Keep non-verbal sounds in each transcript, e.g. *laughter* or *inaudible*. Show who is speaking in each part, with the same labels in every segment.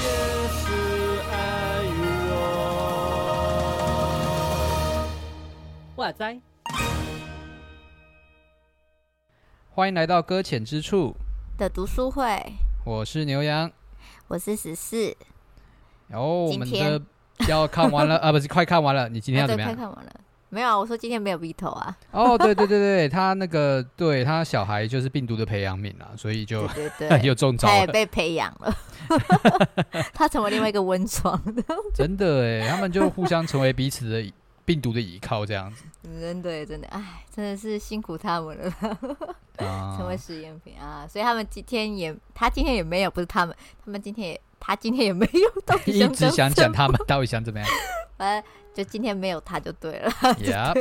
Speaker 1: 也是爱与我。哇塞！
Speaker 2: 欢迎来到搁浅之处，
Speaker 3: 的读书会，
Speaker 2: 我是牛羊。
Speaker 3: 我是十四，
Speaker 2: 然、后我
Speaker 3: 今
Speaker 2: 们
Speaker 3: 天
Speaker 2: 的要看完
Speaker 3: *laughs*
Speaker 2: 了啊，不是快看完了，你今天
Speaker 3: 啊
Speaker 2: 要怎
Speaker 3: 对，
Speaker 2: 么
Speaker 3: 快
Speaker 2: 样？
Speaker 3: 看完了。没有啊，我说今天没有 V 头啊。
Speaker 2: 哦，对对对对，他那个对他小孩就是病毒的培养皿啊，所以就
Speaker 3: 对
Speaker 2: *laughs*
Speaker 3: 对对，
Speaker 2: 又中招
Speaker 3: 他也
Speaker 2: 了，
Speaker 3: 被培养了， *laughs* 他成为另外一个温床，
Speaker 2: 真的哎，他们就互相成为彼此的病毒的依靠这样子
Speaker 3: 真的真的，哎，真的是辛苦他们了，
Speaker 2: 啊
Speaker 3: 成。为实验品啊。所以他们今天也，他今天也没有，不是他们，他们今天也，他今天也没有，到
Speaker 2: *laughs*
Speaker 3: 底
Speaker 2: 一
Speaker 3: 想
Speaker 2: 直想讲
Speaker 3: 讲，
Speaker 2: 他们到底想怎么
Speaker 3: *laughs*
Speaker 2: 样
Speaker 3: 反正就今天没有他就对了，
Speaker 2: ？Yeah，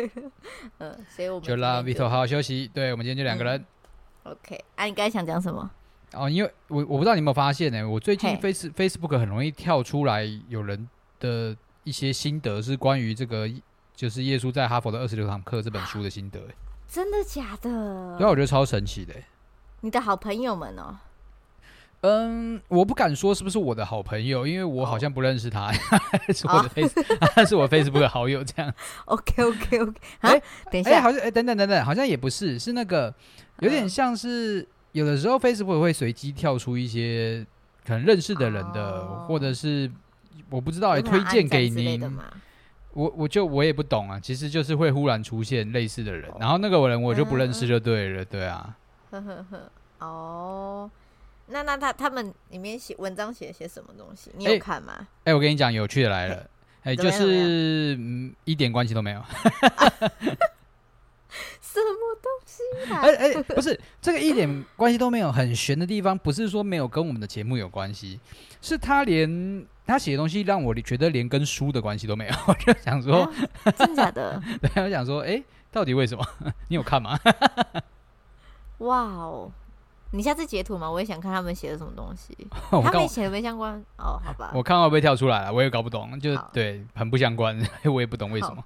Speaker 3: 嗯，所以我们
Speaker 2: 就让 Vito 好好休息。对我们今天就两个人。
Speaker 3: OK。啊，你刚才想讲什么？
Speaker 2: 哦，因为我我不知道你有没有发现呢、欸我最近
Speaker 3: 嘿
Speaker 2: Face Facebook 很容易跳出来有人的一些心得是关于这个，就是耶稣在哈佛的二十六堂课这本书的心得、欸，
Speaker 3: 真的假
Speaker 2: 对啊，
Speaker 3: 的？
Speaker 2: 我觉得超神奇的欸、
Speaker 3: 你的好朋友们哦，
Speaker 2: 嗯，我不敢说是不是我的好朋友，因为我好像不认识他， *laughs* 是我的 Face，、他 *laughs* 是我 Facebook 的好友这样。
Speaker 3: OK OK OK，啊，
Speaker 2: 哎
Speaker 3: 等一
Speaker 2: 哎、
Speaker 3: 下，
Speaker 2: 好像哎、等等等等，好像也不是，是那个有点
Speaker 3: 嗯
Speaker 2: 像是有的时候 Facebook 会随机跳出一些可能认识的人的，
Speaker 3: 哦
Speaker 2: 或者是我不知道、欸、
Speaker 3: 有没有
Speaker 2: 推
Speaker 3: 按
Speaker 2: 荐
Speaker 3: 赞
Speaker 2: 给
Speaker 3: 之类
Speaker 2: 您
Speaker 3: 的。嘛？
Speaker 2: 我我就我也不懂啊，其实就是会忽然出现类似的人，
Speaker 3: 哦
Speaker 2: 然后那个人我就不认
Speaker 3: 嗯
Speaker 2: 识就对了，对啊。
Speaker 3: 呵呵呵，哦，那那他他们里面写文章写些什么东西？你
Speaker 2: 哎
Speaker 3: 有看吗？
Speaker 2: 哎、我跟你讲，有趣的来了，哎、
Speaker 3: 怎
Speaker 2: 就
Speaker 3: 么样
Speaker 2: 是嗯一点关系都没有。
Speaker 3: 什么东
Speaker 2: *laughs*
Speaker 3: 西啊？
Speaker 2: 哎哎、不是这个一点关系都没有，很悬的地方不是说没有跟我们的节目有关系，是他连他写的东西让我觉得连跟书的关系都没有， *laughs* 我就想说，
Speaker 3: 啊真假的？ *laughs*
Speaker 2: 对，我想说，哎、到底为什么？ *laughs* 你有看吗？
Speaker 3: 哇哦！你下次截图嘛，我也想看他们写的什么东西。
Speaker 2: *laughs* 我
Speaker 3: 他
Speaker 2: 看
Speaker 3: 们
Speaker 2: 我
Speaker 3: 写的没相关哦，好吧，
Speaker 2: 我看到被跳出来了，我也搞不懂，就是
Speaker 3: 好
Speaker 2: 对，很不相关， *laughs* 我也不懂为什
Speaker 3: 好
Speaker 2: 么。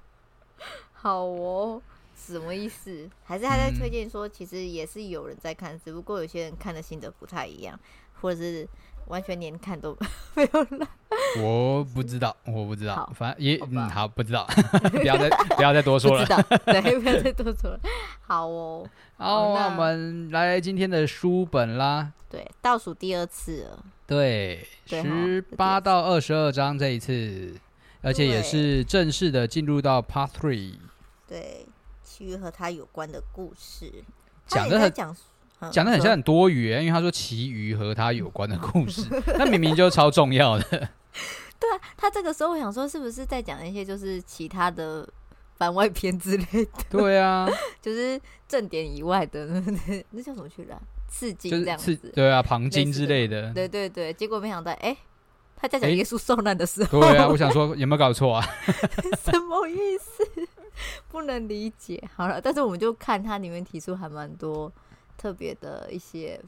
Speaker 3: 好哦，什么意思？还是他在
Speaker 2: 嗯
Speaker 3: 推荐说，其实也是有人在看，只不过有些人看的心得不太一样，或者是完全连看都 *laughs* 没有了。
Speaker 2: 我不知道，我不知道
Speaker 3: 好，
Speaker 2: 反正也
Speaker 3: 好吧
Speaker 2: 嗯好，不知 *laughs* 道，不要再 *laughs* 不要再多说
Speaker 3: 不
Speaker 2: 了
Speaker 3: 知。道，对，不要再多
Speaker 2: *laughs*
Speaker 3: 说了。好哦，
Speaker 2: 好，
Speaker 3: 好
Speaker 2: 那
Speaker 3: 那
Speaker 2: 我们来今天的书本啦。
Speaker 3: 对，倒数第二次了，
Speaker 2: 对，
Speaker 3: 对
Speaker 2: 十八
Speaker 3: 哈
Speaker 2: 到二十二章这一次，而且也
Speaker 3: 对嗯
Speaker 2: 是正式的进入到 Part Three，
Speaker 3: 对，其余和他有关的故事，
Speaker 2: 讲
Speaker 3: 的
Speaker 2: 的很
Speaker 3: 讲嗯
Speaker 2: 讲的很像
Speaker 3: 说
Speaker 2: 很多余，因为他说其余和他有关的故事，
Speaker 3: 嗯
Speaker 2: *laughs* 那明明就超重
Speaker 3: *laughs*
Speaker 2: 要的。
Speaker 3: 对啊，他这个时候我想说，是不是在讲一些就是其他的番外篇之类的，
Speaker 2: 对
Speaker 3: *laughs*
Speaker 2: 啊，
Speaker 3: 就是正点以外的，那叫什么去了、啊？刺激
Speaker 2: 就
Speaker 3: 这
Speaker 2: 是
Speaker 3: 样
Speaker 2: 刺
Speaker 3: 子，
Speaker 2: 对啊，旁
Speaker 3: 类
Speaker 2: 经
Speaker 3: 似
Speaker 2: 之
Speaker 3: 的
Speaker 2: 类的。
Speaker 3: 对对对，结果没想到，哎、他在讲
Speaker 2: 哎
Speaker 3: 耶稣受难的时候，
Speaker 2: 对啊，我想
Speaker 3: *laughs*
Speaker 2: 说有没有搞错啊？
Speaker 3: 什么意思？不能理解。 *laughs* 好了，但是我们就看它里面提出还蛮多特别的一些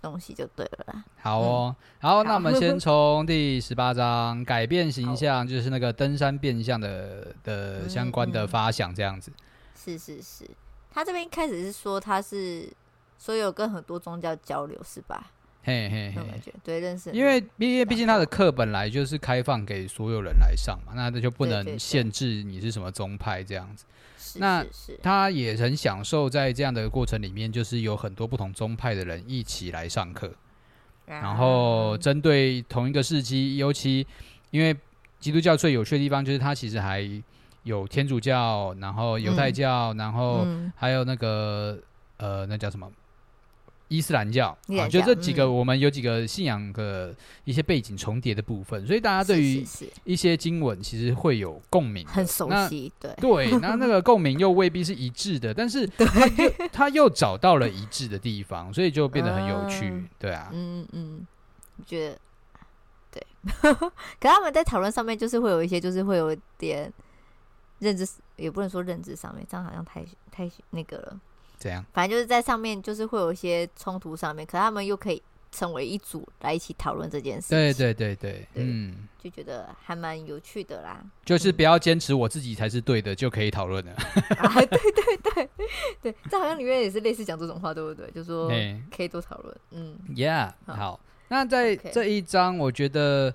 Speaker 3: 东西就对了啦。
Speaker 2: 好哦，好，那
Speaker 3: 嗯好
Speaker 2: 我们先从第十八章改变形象，就是那个登山变相的的
Speaker 3: 嗯
Speaker 2: 相关的
Speaker 3: 嗯
Speaker 2: 发想这样子。
Speaker 3: 是是是，他这边一开始是说他是所有跟很多宗教交流是吧？
Speaker 2: 嘿嘿
Speaker 3: 那种
Speaker 2: 嘿
Speaker 3: 感。觉，对，认识很
Speaker 2: 哎因
Speaker 3: 多。
Speaker 2: 为毕业，毕竟他的课本来就是开放给所有人来上嘛，那他就不
Speaker 3: 对对
Speaker 2: 能
Speaker 3: 对
Speaker 2: 限制你是什么宗派这样子。
Speaker 3: 是
Speaker 2: 那
Speaker 3: 是是，
Speaker 2: 他也很享受在这样的过程里面，就是有很多不同宗派的人一起来上课，然
Speaker 3: 啊
Speaker 2: 后针对同一个事迹，尤其因为基督教最有趣的地方就是它其实还有天主教，然后犹太
Speaker 3: 嗯
Speaker 2: 教，然后
Speaker 3: 嗯
Speaker 2: 还有那个呃，那叫什么？伊斯兰教，
Speaker 3: 伊斯兰
Speaker 2: 啊就
Speaker 3: 教
Speaker 2: 这几个，
Speaker 3: 嗯
Speaker 2: 我们有几个信仰的一些背景重叠的部分，所以大家对于
Speaker 3: 是是是
Speaker 2: 一些经文其实会有共鸣的，
Speaker 3: 很熟
Speaker 2: 那。
Speaker 3: 悉，对
Speaker 2: 对，那那个共鸣又未必是一致
Speaker 3: *laughs*
Speaker 2: 的，但是
Speaker 3: 对，
Speaker 2: 他又找到了一致的地方，所以就变得很有趣
Speaker 3: 嗯。
Speaker 2: 对啊，
Speaker 3: 嗯嗯，我觉得对。 *laughs* 可他们在讨论上面，就是会有一些，就是会有点认知，也不能说认知上面，这样好像太太那个了。
Speaker 2: 这样
Speaker 3: 反正就是在上面，就是会有一些冲突上面，可他们又可以成为一组来一起讨论这件事情，
Speaker 2: 对对对对，
Speaker 3: 对
Speaker 2: 嗯，
Speaker 3: 就觉得还蛮有趣的啦。 *laughs*
Speaker 2: 就是不要坚持我自己才是对的就可以讨论了。
Speaker 3: 啊，对对对对，这好像里面也是类似讲这种话，对不对？就说
Speaker 2: 对
Speaker 3: 可以多讨论，嗯
Speaker 2: yeah，
Speaker 3: 哦好
Speaker 2: 好，那在
Speaker 3: OK
Speaker 2: 这一章，我觉得。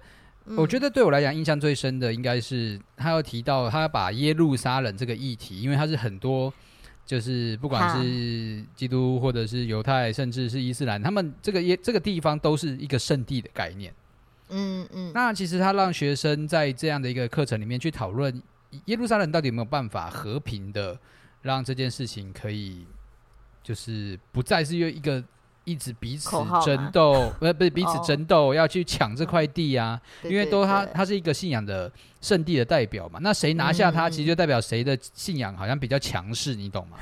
Speaker 3: 嗯，
Speaker 2: 我觉得对我来讲印象最深的应该是他要提到他把耶路撒冷这个议题，因为它是很多就是不管
Speaker 3: 哈
Speaker 2: 是基督或者是犹太，甚至是伊斯兰，他们这个耶这个地方都是一个圣地的概念。
Speaker 3: 嗯嗯
Speaker 2: 那其实他让学生在这样的一个课程里面去讨论耶路撒冷到底有没有办法和平的让这件事情可以就是不再是一个一直彼此
Speaker 3: 口号吗
Speaker 2: 争斗，呃，不是彼此
Speaker 3: 哦
Speaker 2: 争斗，要去抢这块地啊。
Speaker 3: 对
Speaker 2: 因为
Speaker 3: 对
Speaker 2: 都他
Speaker 3: 对
Speaker 2: 他是一个信仰的圣地的代表嘛，那谁拿下他，其实就代表谁的信仰好像比较强势，你懂
Speaker 3: *laughs*
Speaker 2: 吗？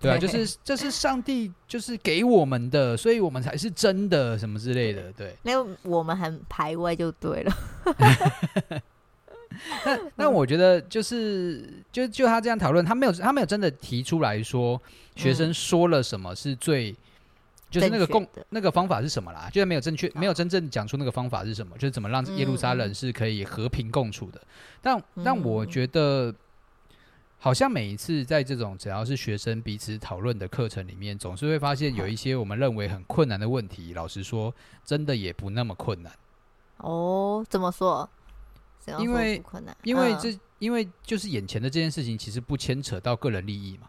Speaker 2: 对啊，就是这是上帝就是给我们的，所以我们才是真的什么之类的，对。
Speaker 3: 那我们很排外就对了，
Speaker 2: 那 *laughs* 那我觉得就是就就他这样讨论，他没有他没有真的提出来说学生说了什么是最。就是那个
Speaker 3: 嗯正确
Speaker 2: 共
Speaker 3: 的
Speaker 2: 那个方法是什么啦？就是没有正确，没有真正讲出那个方法是什么，就是怎么让耶路撒
Speaker 3: 嗯
Speaker 2: 冷是可以和平共处的。但但
Speaker 3: 嗯
Speaker 2: 我觉得，好像每一次在这种只要是学生彼此讨论的课程里面，总是会发现有一些我们认为很困难的问题，老实说，真的也不那么困难。
Speaker 3: 哦，怎么说？怎样
Speaker 2: 因
Speaker 3: 说
Speaker 2: 为
Speaker 3: 不困难？
Speaker 2: 因为
Speaker 3: 嗯
Speaker 2: 这、因为就是眼前的这件事情，其实不牵扯到个人利益嘛，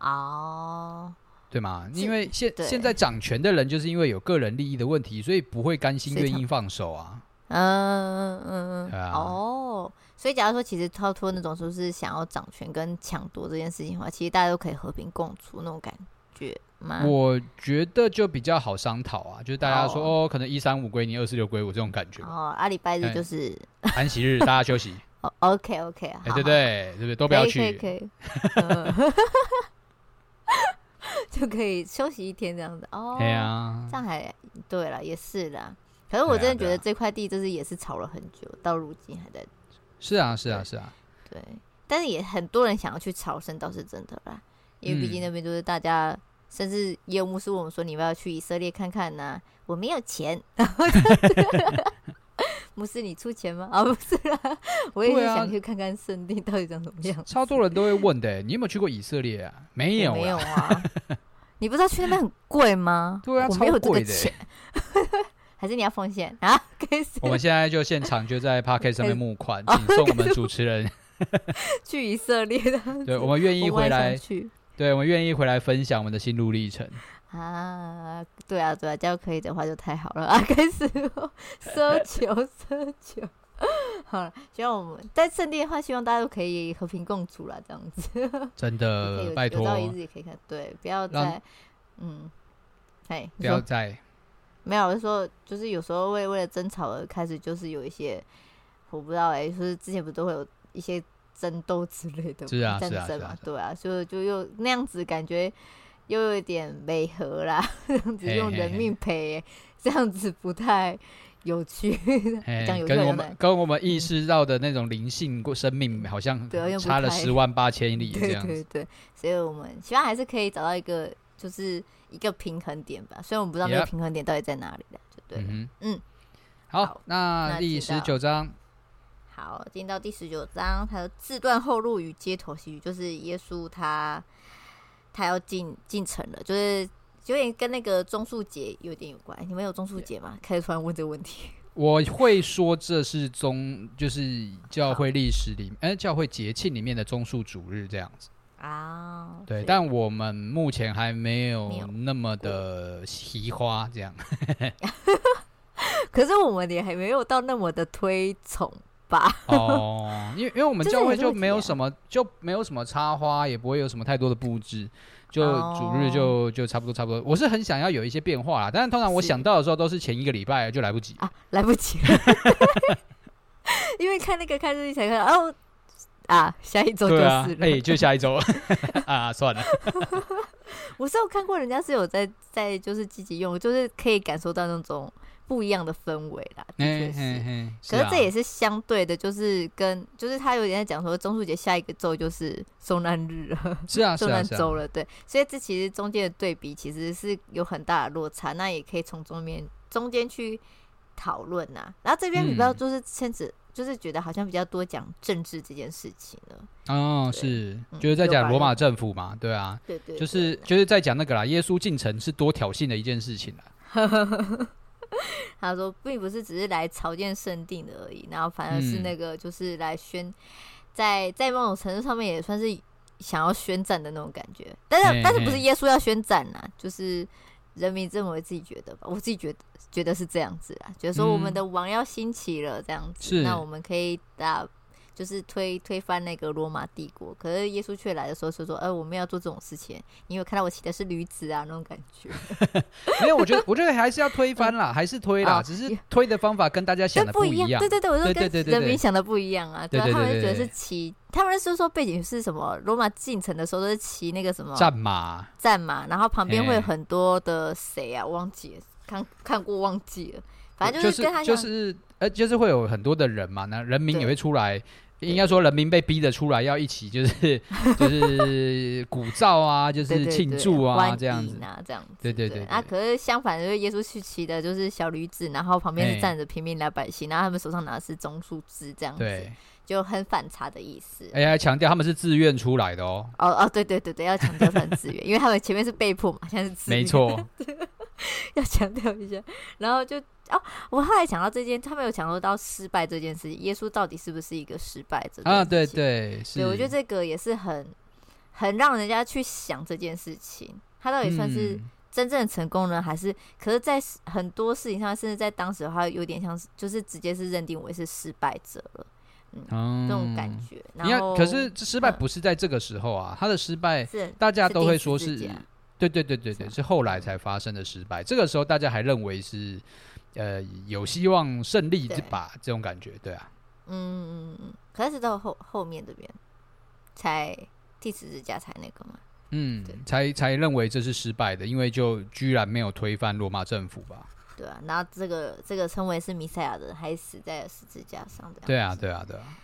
Speaker 3: 哦，
Speaker 2: 对吗？
Speaker 3: 是
Speaker 2: 因为现
Speaker 3: 对
Speaker 2: 现在掌权的人就是因为有个人利益的问题，所以不会甘心
Speaker 3: 所以他
Speaker 2: 愿意放手啊。
Speaker 3: 嗯嗯嗯
Speaker 2: 对啊
Speaker 3: 嗯，哦，所以假如说其实超脱那种说是想要掌权跟抢夺这件事情的话，其实大家都可以和平共处那种感觉吗？
Speaker 2: 我觉得就比较好商讨啊，就是大家说
Speaker 3: 哦
Speaker 2: 哦，可能一三五归你，二四六归我这种感觉，
Speaker 3: 哦，啊，礼拜
Speaker 2: 哎
Speaker 3: 日就是、
Speaker 2: 安息日大家休
Speaker 3: *laughs*
Speaker 2: 息，
Speaker 3: 哦，OK OK，好
Speaker 2: 哎，对不
Speaker 3: 好
Speaker 2: 对？对不对？都不要
Speaker 3: 可以可以
Speaker 2: 去
Speaker 3: 可，以，嗯 *laughs* 就可以休息一天这样子哦。
Speaker 2: 哎呀，
Speaker 3: 上海对了，也是啦。可是我
Speaker 2: 对啊
Speaker 3: 真的觉
Speaker 2: 对
Speaker 3: 得
Speaker 2: 啊
Speaker 3: 这块地就是也是吵了很久，到如今还在
Speaker 2: 是啊，是啊，
Speaker 3: 对
Speaker 2: 是啊，
Speaker 3: 对，但是也很多人想要去朝圣，倒是真的啦。因为毕竟
Speaker 2: 嗯
Speaker 3: 那边就是大家，甚至也有牧师问我们说：“你要不要去以色列看看呢、我没有钱。 *laughs* 然后就是牧师，你出钱吗？啊，不是啦，我也是
Speaker 2: 对啊
Speaker 3: 想去看看圣地到底长什么样。
Speaker 2: 超多人都会问的，你有没有去过以色列啊？没有
Speaker 3: 我没有
Speaker 2: 啊，
Speaker 3: 啊。你不知道去那边很贵吗？
Speaker 2: 对啊，
Speaker 3: 我
Speaker 2: 超
Speaker 3: 没有这
Speaker 2: 贵
Speaker 3: 个
Speaker 2: 的。
Speaker 3: 钱，还是你要奉献啊？可以是
Speaker 2: 我们现在就现场就
Speaker 3: *laughs*
Speaker 2: 在 Pocket 上面募款，
Speaker 3: 哦
Speaker 2: 请送我们主持人，
Speaker 3: 去以色列 *laughs* 的，
Speaker 2: 对我们愿意
Speaker 3: 我
Speaker 2: 回
Speaker 3: 也想
Speaker 2: 来，
Speaker 3: 去
Speaker 2: 对我们愿意回来分享我们的心路历程。
Speaker 3: 啊！对啊，对啊，这样可以的话就太好了啊！ *laughs* 开始哦奢求 *laughs* 奢求，好了，希望我们在圣地的话，希望大家都可以和平共处啦，这样子。
Speaker 2: 真
Speaker 3: 也可以
Speaker 2: 的
Speaker 3: 哦有，
Speaker 2: 呃拜
Speaker 3: 有
Speaker 2: 托，
Speaker 3: 朝一日也可以看，对，不要
Speaker 2: 让
Speaker 3: 再嗯，哎，你
Speaker 2: 不要
Speaker 3: 说
Speaker 2: 再
Speaker 3: 没有，我是说就是有时候为为了争吵而开始，就是有一些我不知道哎、就是之前不都会有一些争斗之类的
Speaker 2: 是啊
Speaker 3: 战
Speaker 2: 是啊
Speaker 3: 争
Speaker 2: 是啊
Speaker 3: 嘛，
Speaker 2: 是啊
Speaker 3: 对啊，所以就又那样子感觉又有点违和啦，这样子
Speaker 2: 嘿
Speaker 3: 用
Speaker 2: 嘿
Speaker 3: 人
Speaker 2: 嘿
Speaker 3: 命赔、欸这样子不太有
Speaker 2: *laughs*
Speaker 3: 趣，
Speaker 2: 哎
Speaker 3: *laughs* 讲有趣
Speaker 2: 跟
Speaker 3: 好
Speaker 2: 我
Speaker 3: 像
Speaker 2: 们
Speaker 3: 在。
Speaker 2: 跟我们意识到的那种灵性过生命好像
Speaker 3: 对好像不
Speaker 2: 差了
Speaker 3: 太
Speaker 2: 十万八千里这
Speaker 3: *laughs* 对
Speaker 2: 样
Speaker 3: 对
Speaker 2: 子。
Speaker 3: 对，所以我们希望还是可以找到一个就是一个平衡点吧，虽然我们不知道那个
Speaker 2: Yep
Speaker 3: 平衡点到底在哪里了，就对了。
Speaker 2: 嗯哼，
Speaker 3: 嗯，
Speaker 2: 好
Speaker 3: 好，
Speaker 2: 那
Speaker 3: 那
Speaker 2: 第
Speaker 3: 进
Speaker 2: 十
Speaker 3: 到
Speaker 2: 九章，
Speaker 3: 好，进到第十九章，他的自断后路与街头戏剧，就是耶稣他他要进进城了，就是有点跟那个中树节有点有关。你们有中树节吗？开始突然问这个问题。
Speaker 2: 我会说这是宗，就是教会历史里，哎、教会节庆里面的中述主日这样子。
Speaker 3: 啊，
Speaker 2: 对，
Speaker 3: 所以
Speaker 2: 但我们目前还没
Speaker 3: 没
Speaker 2: 有
Speaker 3: 有
Speaker 2: 那么的奇花这样。
Speaker 3: 可是我们也还没有到那么的推崇吧？ *laughs*
Speaker 2: 哦，因为因为我们
Speaker 3: 就是
Speaker 2: 教会
Speaker 3: 很
Speaker 2: 就
Speaker 3: 入
Speaker 2: 没有
Speaker 3: 节啊
Speaker 2: 什么就没有什么插花，也不会有什么太多的布置，就
Speaker 3: 哦
Speaker 2: 主日就就差不多差不多。我是很想要有一些变化啦，但是通常我
Speaker 3: 是
Speaker 2: 想到的时候都是前一个礼拜就来不及。
Speaker 3: 啊，来不及了，
Speaker 2: *laughs*
Speaker 3: 因为看那个看日历才看到哦啊，下一周就
Speaker 2: 对
Speaker 3: 是了。
Speaker 2: 啊，哎、就下一周 *laughs* 啊，算了，
Speaker 3: 我是有看过人家是有在在就是积极用，就是可以感受到那种不一样的氛围啦，的 *laughs* 确
Speaker 2: 嘿
Speaker 3: 是。
Speaker 2: 嘿嘿，
Speaker 3: 可是
Speaker 2: 啊
Speaker 3: 这也是相对的，就是跟就是他有点在讲说，中秋节下一个周就是受难日了，
Speaker 2: 是
Speaker 3: *laughs*
Speaker 2: 啊是
Speaker 3: 受
Speaker 2: 啊
Speaker 3: 难
Speaker 2: 是啊
Speaker 3: 周了，对，所以这其实中间的对比其实是有很大的落差，那也可以从中面中间去讨论呐。然后这边比较
Speaker 2: 嗯
Speaker 3: 就是甚至就是觉得好像比较多讲政治这件事情了，
Speaker 2: 哦，
Speaker 3: 对
Speaker 2: 是，
Speaker 3: 嗯
Speaker 2: 就是在
Speaker 3: 有
Speaker 2: 讲
Speaker 3: 吧
Speaker 2: 罗马
Speaker 3: 有
Speaker 2: 政府嘛，对啊，
Speaker 3: 对对
Speaker 2: 就是
Speaker 3: 对
Speaker 2: 就是在讲那个啦，耶稣进城是多挑衅的一件事情啦。
Speaker 3: 他说并不是只是来朝见圣地的而已，然后反而是
Speaker 2: 嗯
Speaker 3: 那个就是来宣，在在某种程度上面也算是想要宣战的那种感觉，但是
Speaker 2: 嘿
Speaker 3: 但是不是
Speaker 2: 嘿
Speaker 3: 耶稣要宣战呐、就是人民认为自己觉得吧，我自己觉得觉得是这样子啊，觉得说我们
Speaker 2: 嗯
Speaker 3: 的王要兴起了这样子，
Speaker 2: 是
Speaker 3: 那我们可以打。就是推推翻那个罗马帝国，可是耶稣却来的时候就说：“哎、我们要做这种事情，你有看到我骑的是驴子啊，那种感觉。”
Speaker 2: 没有，我觉得我觉得还是要推翻啦，还是推啦，
Speaker 3: 哦
Speaker 2: 只是推的方法跟大家想
Speaker 3: 对
Speaker 2: 的
Speaker 3: 不
Speaker 2: 一
Speaker 3: 样，对对对，我说
Speaker 2: 对对对
Speaker 3: 跟
Speaker 2: 对
Speaker 3: 人民
Speaker 2: 对
Speaker 3: 想的不一样啊，
Speaker 2: 对
Speaker 3: 啊
Speaker 2: 对
Speaker 3: 他们就
Speaker 2: 对
Speaker 3: 觉得
Speaker 2: 对
Speaker 3: 是骑，他们是说背景是什么？罗马进城的时候都是骑那个什么
Speaker 2: 战马，
Speaker 3: 战马，然后旁边会
Speaker 2: 哎
Speaker 3: 有很多的谁啊，忘记了，看看过忘记了，反正
Speaker 2: 就是
Speaker 3: 跟他
Speaker 2: 就
Speaker 3: 想
Speaker 2: 是呃就是会有很多的人嘛，那人民也
Speaker 3: 对
Speaker 2: 会出来。应该说，人民被逼的出来，要一起就是
Speaker 3: *laughs*
Speaker 2: 就是鼓噪啊，就
Speaker 3: 对
Speaker 2: 是
Speaker 3: 对
Speaker 2: 庆
Speaker 3: 对
Speaker 2: 祝啊，
Speaker 3: 欢
Speaker 2: 这样
Speaker 3: 迎
Speaker 2: 子。
Speaker 3: 啊，这样子，
Speaker 2: 对对对
Speaker 3: 啊，可是相反，就是耶稣去骑的就是小驴子，然后旁边是
Speaker 2: 哎
Speaker 3: 站着平民老百姓，然后他们手上拿的是棕树枝，这样子
Speaker 2: 对，
Speaker 3: 就很反差的意思。
Speaker 2: 哎，还强调他们是自愿出来的哦，
Speaker 3: 哦哦，对对对对，要强调算资源，因为他们前面是被迫嘛，现在是自愿
Speaker 2: 没错，
Speaker 3: *laughs* 要强调一下。然后就哦，我后来讲到这件，他们有讲到失败这件事情，耶稣到底是不是一个失败者？
Speaker 2: 啊，对，对是。
Speaker 3: 对我觉得这个也是很很让人家去想这件事情，他到底算是
Speaker 2: 嗯
Speaker 3: 真正成功呢，还是？可是，在很多事情上，甚至在当时的话，有点像是就是直接是认定为是失败者了，
Speaker 2: 嗯
Speaker 3: 这种感觉。
Speaker 2: 你
Speaker 3: 然
Speaker 2: 看，
Speaker 3: 后
Speaker 2: 可是这失败
Speaker 3: 嗯
Speaker 2: 不是在这个时候啊，他的失败
Speaker 3: 是
Speaker 2: 大家
Speaker 3: 是
Speaker 2: 都
Speaker 3: 第一
Speaker 2: 会
Speaker 3: 次
Speaker 2: 说
Speaker 3: 自
Speaker 2: 是
Speaker 3: 己啊，
Speaker 2: 对对对对
Speaker 3: 是
Speaker 2: 对，
Speaker 3: 吗
Speaker 2: 是后来才发生的失败。这个时候大家还认为是呃有希望胜利
Speaker 3: 对
Speaker 2: 这把这种感觉，对啊，
Speaker 3: 嗯，嗯嗯，可是到后后面这边才第十字架才那个嘛，
Speaker 2: 嗯
Speaker 3: 对，
Speaker 2: 才才认为这是失败的，因为就居然没有推翻罗马政府吧？
Speaker 3: 对啊，然后这个这个称为是弥赛亚的人，还死在了十字架上的。
Speaker 2: 对啊，对啊，对啊，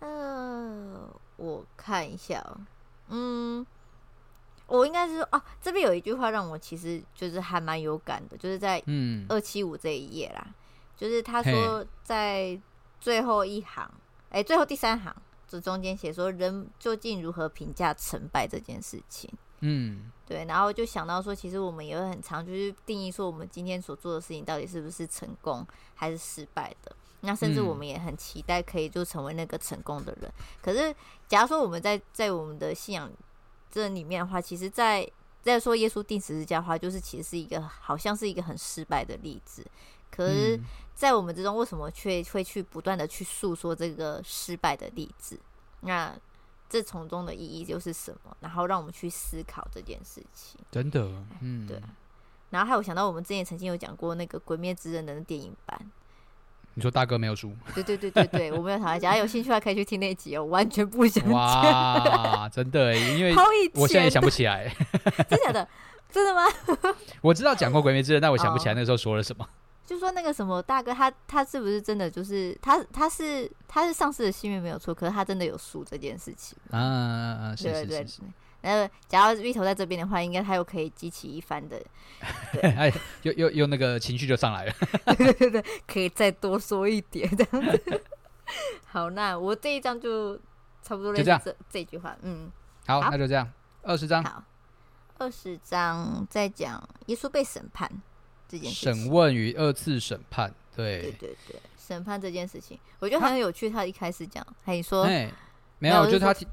Speaker 3: 嗯、我看一下、哦，嗯，我应该是说哦，这边有一句话让我其实就是还蛮有感的，就是在
Speaker 2: 嗯，
Speaker 3: 二七五这一页啦，就是他说在最后一行，哎、最后第三行这中间写说，人究竟如何评价成败这件事情。
Speaker 2: 嗯，
Speaker 3: 对，然后就想到说，其实我们也会很常就是定义说，我们今天所做的事情到底是不是成功还是失败的。那甚至我
Speaker 2: 嗯
Speaker 3: 们也很期待可以就成为那个成功的人。可是，假如说我们在在我们的信仰这里面的话，其实在，在说耶稣定十字架的话，就是其实是一个好像是一个很失败的例子。可是，
Speaker 2: 嗯
Speaker 3: 在我们之中，为什么却会去不断的去诉说这个失败的例子？那这从中的意义又是什么？然后让我们去思考这件事情。
Speaker 2: 真的，嗯，
Speaker 3: 对然后还有想到我们之前曾经有讲过那个《鬼灭之刃》的那电影版，
Speaker 2: 你说大哥没有
Speaker 3: *laughs*
Speaker 2: 输，
Speaker 3: 对对对对对，我没有讨论讲，大家有兴趣的话可以去听那一集哦，我完
Speaker 2: *laughs*
Speaker 3: 全不想讲，
Speaker 2: 哇，真的欸耶，因为
Speaker 3: 好以前，
Speaker 2: 我现在也想不起来，
Speaker 3: 真假的，真的吗？
Speaker 2: 我知道讲过《鬼灭之刃》，但我想不起来
Speaker 3: 哦
Speaker 2: 那时候说了
Speaker 3: *laughs*
Speaker 2: 什么。
Speaker 3: 就说那个什么大哥他，他是不是真的就是他他是他是上司的心愿没有错，可是他真的有输这件事情，
Speaker 2: 啊啊，啊是
Speaker 3: 对
Speaker 2: 是
Speaker 3: 对
Speaker 2: 是
Speaker 3: 对
Speaker 2: 是，。
Speaker 3: 那假如 V 头在这边的话，应该他又可以激起一番的，
Speaker 2: *laughs* 哎，又又又那个情绪就上来了。
Speaker 3: 对对对，可以再多说一点这样子。 *laughs* 好，那我这一章就差不多类
Speaker 2: 就
Speaker 3: 似
Speaker 2: 这样啊
Speaker 3: 这这句话，嗯。
Speaker 2: 好，
Speaker 3: 好
Speaker 2: 那就这样，二十章
Speaker 3: 好，二十章在讲耶稣被审判这件事
Speaker 2: 审
Speaker 3: 情。
Speaker 2: 问与二次审判，
Speaker 3: 对
Speaker 2: 对，
Speaker 3: 对对，审判这件事情，我
Speaker 2: 啊
Speaker 3: 觉得很有趣。他一开始讲，嘿，说，
Speaker 2: 哎，没
Speaker 3: 没有
Speaker 2: 有，
Speaker 3: 我
Speaker 2: 就是是他
Speaker 3: 说
Speaker 2: 提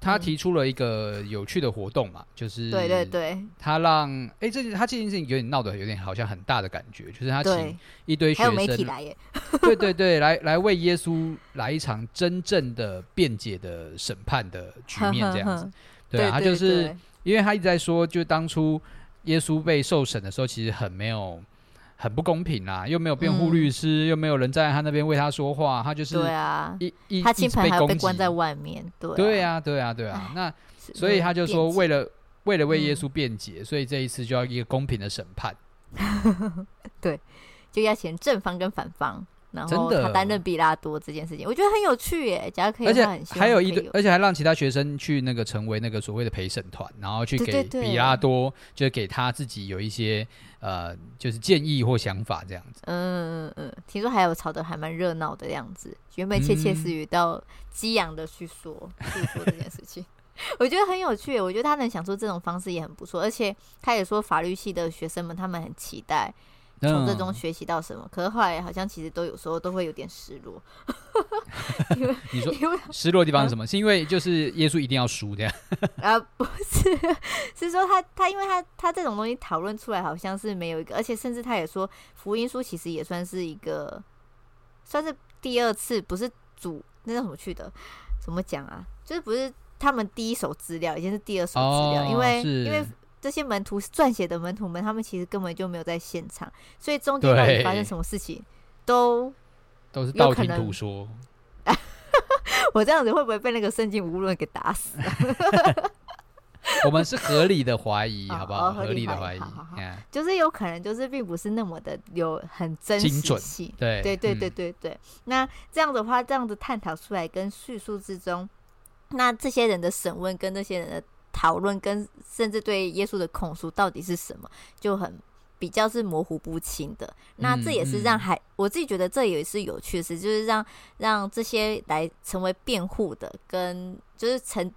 Speaker 2: 他
Speaker 3: 嗯
Speaker 2: 提出了一个有趣的活动嘛，就是
Speaker 3: 对对，对
Speaker 2: 他让哎，这他这件事情有点闹得有点好像很大的感觉，就是他
Speaker 3: 对
Speaker 2: 请，一堆学
Speaker 3: 还有媒体
Speaker 2: 生，
Speaker 3: 来耶，
Speaker 2: 对对对，来 *laughs* 来为耶稣来一场真正的辩解的审判的局
Speaker 3: *laughs*
Speaker 2: 面这样子，对啊，他就是。
Speaker 3: 对
Speaker 2: 因为他一直在说，就当初耶稣被受审的时候，其实很没有、很不公平啦，又没有辩护律师，又没有人站在他那边为他说话，他就是
Speaker 3: 嗯对啊，
Speaker 2: 一一
Speaker 3: 他
Speaker 2: 一
Speaker 3: 亲
Speaker 2: 直
Speaker 3: 朋还要被
Speaker 2: 攻
Speaker 3: 关
Speaker 2: 击
Speaker 3: 在。外面，对
Speaker 2: 对
Speaker 3: 啊，
Speaker 2: 啊，对啊，对啊。那
Speaker 3: 是
Speaker 2: 所以他就说，
Speaker 3: 辩解
Speaker 2: 为了为了为耶
Speaker 3: 嗯
Speaker 2: 稣辩解，所以这一次就要一个公平的审判。
Speaker 3: 就要显正方跟反方。然后
Speaker 2: 真的
Speaker 3: 他担任比拉多这件事情，我觉得很有趣耶。假如可以
Speaker 2: 而
Speaker 3: 的
Speaker 2: 且
Speaker 3: 话，很希望
Speaker 2: 还有
Speaker 3: 可以
Speaker 2: 一堆，而且还让其他学生去那个成为那个所谓的陪审团，然后去
Speaker 3: 对
Speaker 2: 给
Speaker 3: 对对
Speaker 2: 比拉多，就是给他自己有一些呃，就是建议或想法这样子。
Speaker 3: 嗯嗯嗯，嗯，听说还有吵得还蛮热闹的样子。原本窃窃私语到激昂的去说、去说这件事情，
Speaker 2: 嗯
Speaker 3: *laughs* 我觉得很有趣。我觉得他能想出这种方式也很不错，而且他也说法律系的学生们他们很期待从这中
Speaker 2: 嗯
Speaker 3: 学习到什么，可是后来好像其实都有时候都会有点失落， *laughs*
Speaker 2: 你说
Speaker 3: 因为
Speaker 2: 失落的地
Speaker 3: 嗯
Speaker 2: 方是什么？是因为就是耶稣一定要输
Speaker 3: *laughs*
Speaker 2: 这样？
Speaker 3: 啊，不是， *laughs* 是说他他，因为他他这种东西讨论出来好像是没有一个，而且甚至他也说福音书其实也算是一个，算是第二次，不是主那叫什么去的，怎么讲啊？就是不是他们第一手资料，已经是第二手资料，
Speaker 2: 哦
Speaker 3: 因为
Speaker 2: 是
Speaker 3: 因为这些门徒撰写的门徒们，他们其实根本就没有在现场，所以中间到底发
Speaker 2: 对
Speaker 3: 生什么事情都
Speaker 2: 都是
Speaker 3: 有
Speaker 2: 道
Speaker 3: 可
Speaker 2: 听
Speaker 3: 能
Speaker 2: 途说。
Speaker 3: 我这样子会不会被那个圣经无论给打死？ *laughs*
Speaker 2: 我们是合理的怀疑，
Speaker 3: *laughs* 哦
Speaker 2: 好不
Speaker 3: 哦
Speaker 2: 好？
Speaker 3: 合
Speaker 2: 合
Speaker 3: 理
Speaker 2: 理的
Speaker 3: 怀
Speaker 2: 怀
Speaker 3: 疑
Speaker 2: 疑
Speaker 3: 好好好，
Speaker 2: 嗯，
Speaker 3: 就是有可能就是并不是那么的有很真
Speaker 2: 精
Speaker 3: 实
Speaker 2: 准
Speaker 3: 性。
Speaker 2: 对
Speaker 3: 对对对
Speaker 2: 嗯
Speaker 3: 对对。那这样的话，这样子探讨出来跟叙述之中，那这些人的审问跟那些人的讨论，跟甚至对耶稣的控诉到底是什么，就很比较是模糊不清的。那这也是让
Speaker 2: 嗯嗯
Speaker 3: 还、我自己觉得这也是有趣的事，就是让让这些来成为辩护的，跟就是成